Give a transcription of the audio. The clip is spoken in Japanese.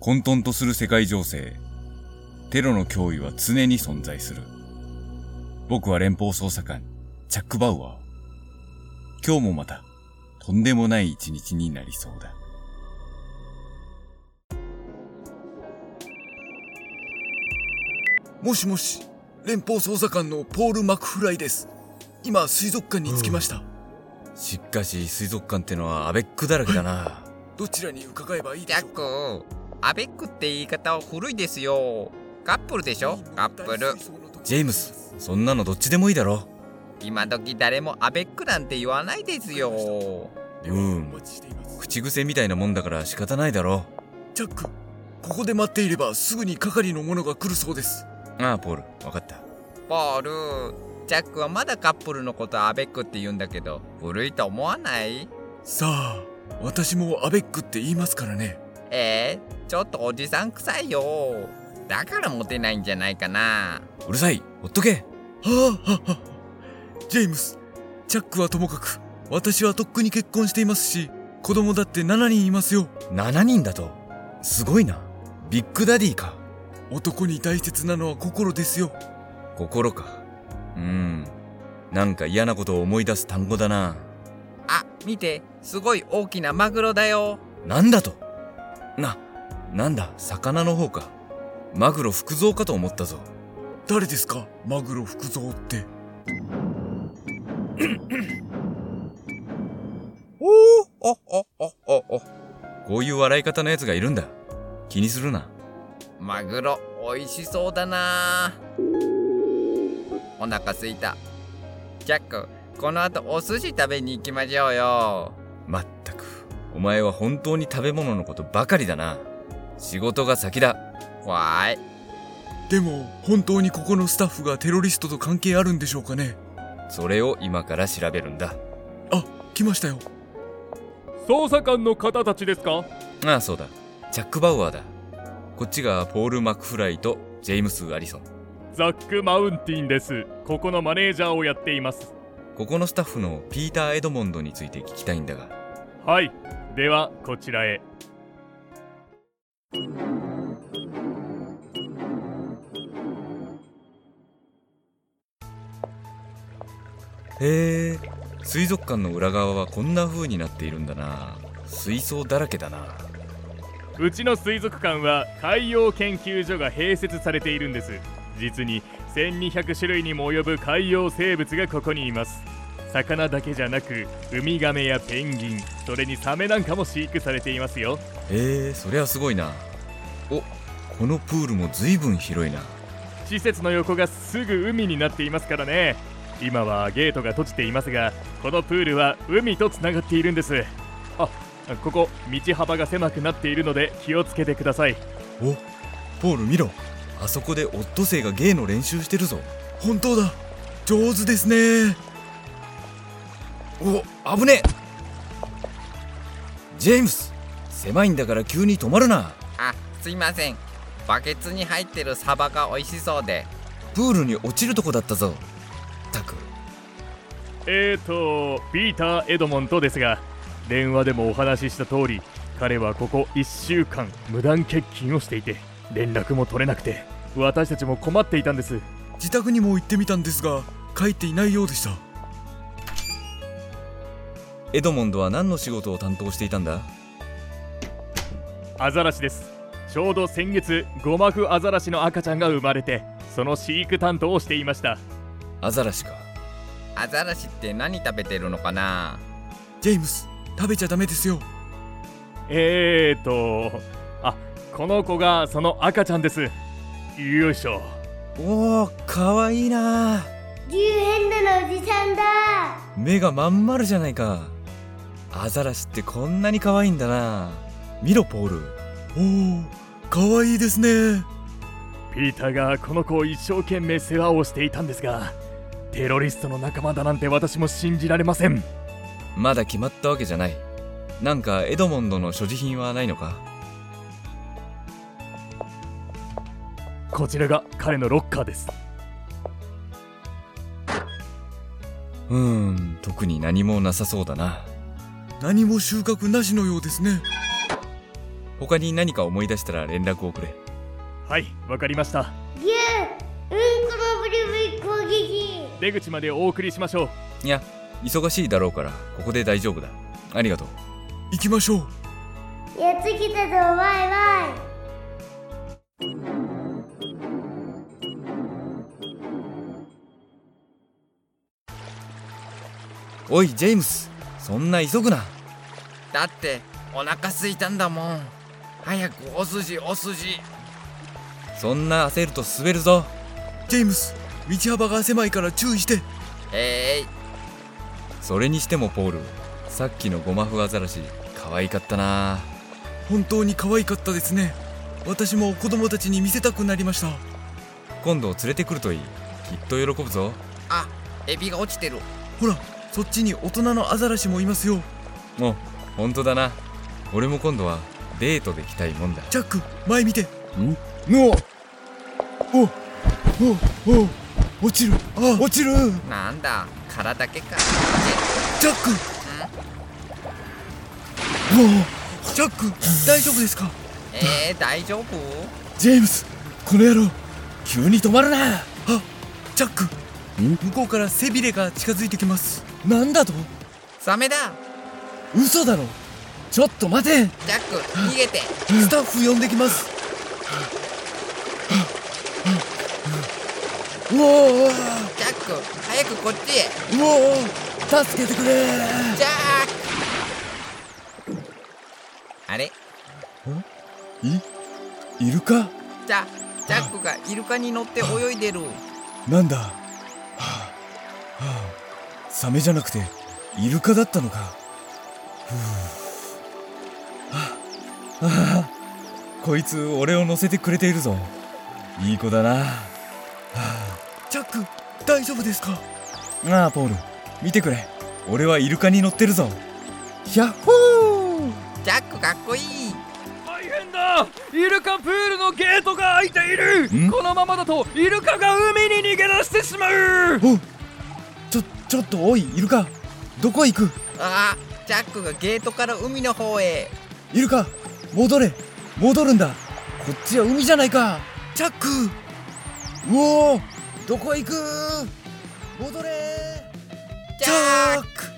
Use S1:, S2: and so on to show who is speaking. S1: 混沌とする世界情勢。テロの脅威は常に存在する。僕は連邦捜査官、チャック・バウアー。今日もまた、とんでもない一日になりそうだ。
S2: もしもし、連邦捜査官のポール・マクフライです。今、水族館に着きました。
S3: しっかし水族館ってのはアベックだらけだな。
S2: どちらに伺えばいいで
S4: ジャ
S2: しょ
S4: ッ
S2: うか
S4: ク、アベックって言い方は古いですよ。カップルでしょカップル。
S3: ジェームス、そんなのどっちでもいいだろ。
S4: 今時誰もアベックなんて言わないですよ。
S3: うん
S2: お待ちしています
S3: 口癖みたいなもんだから仕方ないだろ。
S2: ジャック、ここで待っていればすぐに係の者が来るそうです。
S3: ああ、ポール、わかった。
S4: ポール、ジャックはまだカップルのことアベックって言うんだけど、古いと思わない
S2: さあ、私もアベックって言いますからね。
S4: えー、ちょっとおじさん臭いよ。だからモテないんじゃないかな。
S3: うるさい、ほっとけ。
S2: はあ、はあはあ、ジェームス、チャックはともかく、私はとっくに結婚していますし、子供だって7人いますよ。
S3: 7人だと。すごいな。ビッグダディか。
S2: 男に大切なのは心ですよ。
S3: 心か。うーん。なんか嫌なことを思い出す単語だな。
S4: あ、見て、すごい大きなマグロだよ。
S3: なんだとな、なんだ、魚の方か。マグロ福造かと思ったぞ。
S2: 誰ですかマグロ福 蔵って。
S4: おおおおおお
S3: こういう笑い方のやつがいるんだ。気にするな。
S4: マグロ美味しそうだなお腹すいたジャックこの後お寿司食べに行きましょうよ
S3: まったく。お前は本当に食べ物のことばかりだな。仕事が先だ。
S4: わーい
S2: でも、本当にここのスタッフがテロリストと関係あるんでしょうかね
S3: それを今から調べるんだ。
S2: あ、来ましたよ。
S5: 捜査官の方たちですか
S3: ああ、そうだ。チャック・バウアーだ。こっちがポール・マクフライとジェームス・アリソン。
S5: ザック・マウンティンですここのマネージャーをやっています
S3: ここのスタッフのピーター・エドモンドについて聞きたいんだが。
S5: はいではこちらへ
S3: へえ、水族館の裏側はこんな風になっているんだな。水槽だらけだな。
S5: うちの水族館は海洋研究所が併設されているんです実に1200種類にも及ぶ海洋生物がここにいます魚だけじゃなくウミガメやペンギンそれにサメなんかも飼育されていますよ
S3: へえ、そりゃすごいな。お、このプールも随分広いな。
S5: 施設の横がすぐ海になっていますからね今はゲートが閉じていますがこのプールは海とつながっているんですあここ道幅が狭くなっているので気をつけてください
S3: お、ポール見ろ。あそこでオットセイが芸の練習してるぞ。
S2: 本当だ。上手ですね。
S3: お危ねえジェームス狭いんだから急に止まるな
S4: あすいませんバケツに入ってるサバが美味しそうで
S3: プールに落ちるとこだったぞったく
S5: えーとピーター・エドモントですが電話でもお話しした通り彼はここ1週間無断欠勤をしていて連絡も取れなくて私たちも困っていたんです
S2: 自宅にも行ってみたんですが、帰っていないようでした。
S3: エドモンドは何の仕事を担当していたんだ
S5: アザラシですちょうど先月ゴマフアザラシの赤ちゃんが生まれてその飼育担当をしていました
S3: アザラシか
S4: アザラシって何食べてるのかな
S2: ジェームス、食べちゃダメですよ。
S5: えーとあこの子がその赤ちゃんですよいしょ
S3: おおかわいいな
S6: 竜変なのおじさんだ
S3: 目がまん丸じゃないかアザラシってこんなに可愛いんだな見ろポール
S2: おお、かわいいですね。
S5: ピーターがこの子を一生懸命世話をしていたんですがテロリストの仲間だなんて私も信じられません
S3: まだ決まったわけじゃないなんかエドモンドの所持品はないのか
S5: こちらが彼のロッカーです
S3: うーん、特に何もなさそうだな。
S2: 何も収穫なしのようですね
S3: 他に何か思い出したら連絡をくれ。
S5: はいわかりました
S6: 牛うんこのブリブリ攻撃
S5: 出口までお送りしましょう
S3: いや、忙しいだろうから、ここで大丈夫だ。ありがとう。
S2: 行きましょう
S6: やってきたぞワイワイ
S3: おい、ジェームス、そんな急ぐな。
S4: だってお腹空いたんだもん早くお寿司お寿司
S3: そんな焦ると滑るぞ。
S2: ジェームス道幅が狭いから注意して
S4: えい
S3: それにしてもポール、さっきのゴマフアザラシ、可愛かったな。
S2: 本当に可愛かったですね私も子供たちに見せたくなりました
S3: 今度連れてくるといい。きっと喜ぶぞ。
S4: あエビが落ちてる
S2: ほらそっちに大人のアザラシもいますよ
S3: お、本当だな。俺も今度はデートできたいもんだ。
S2: ジャック前見て
S1: ぬお
S2: おお落ちるあ
S1: 落ちる
S4: なんだ殻だけか
S2: ジャックおおジャック大丈夫ですか
S4: えー、大丈夫
S2: ジェームスこの野郎
S1: 急に止まるな
S2: あジャック向こうから背びれが近づいてきます
S1: なんだと
S4: サメだ
S1: 嘘だろちょっと待て
S4: ジャック逃げて
S2: スタッフ呼んできます
S1: うおー
S4: ジャック早くこっちへ
S1: うお助けてくれ
S4: ジャックあれ
S1: いるか
S4: じゃジャックがイルカに乗って泳いでる
S1: なんだはあ、はあ、サメじゃなくてイルカだったのかふうはあ、はあ、こいつ俺を乗せてくれているぞいい子だな
S2: ジャック大丈夫ですか
S1: なあポール見てくれ俺はイルカに乗ってるぞひゃっほー
S4: ジャックかっこいい
S5: 大変だイルカプールのゲートが開いている
S1: ん
S5: このままだとイルカが海に逃げ出してしまう
S1: ちょちょっとおいイルカどこへ行く
S4: あージャックがゲートから海の方へ
S1: イルカ戻れ戻るんだこっちは海じゃないか
S2: ジャック
S1: うおーどこへ行く戻れ
S4: ジャック
S2: ック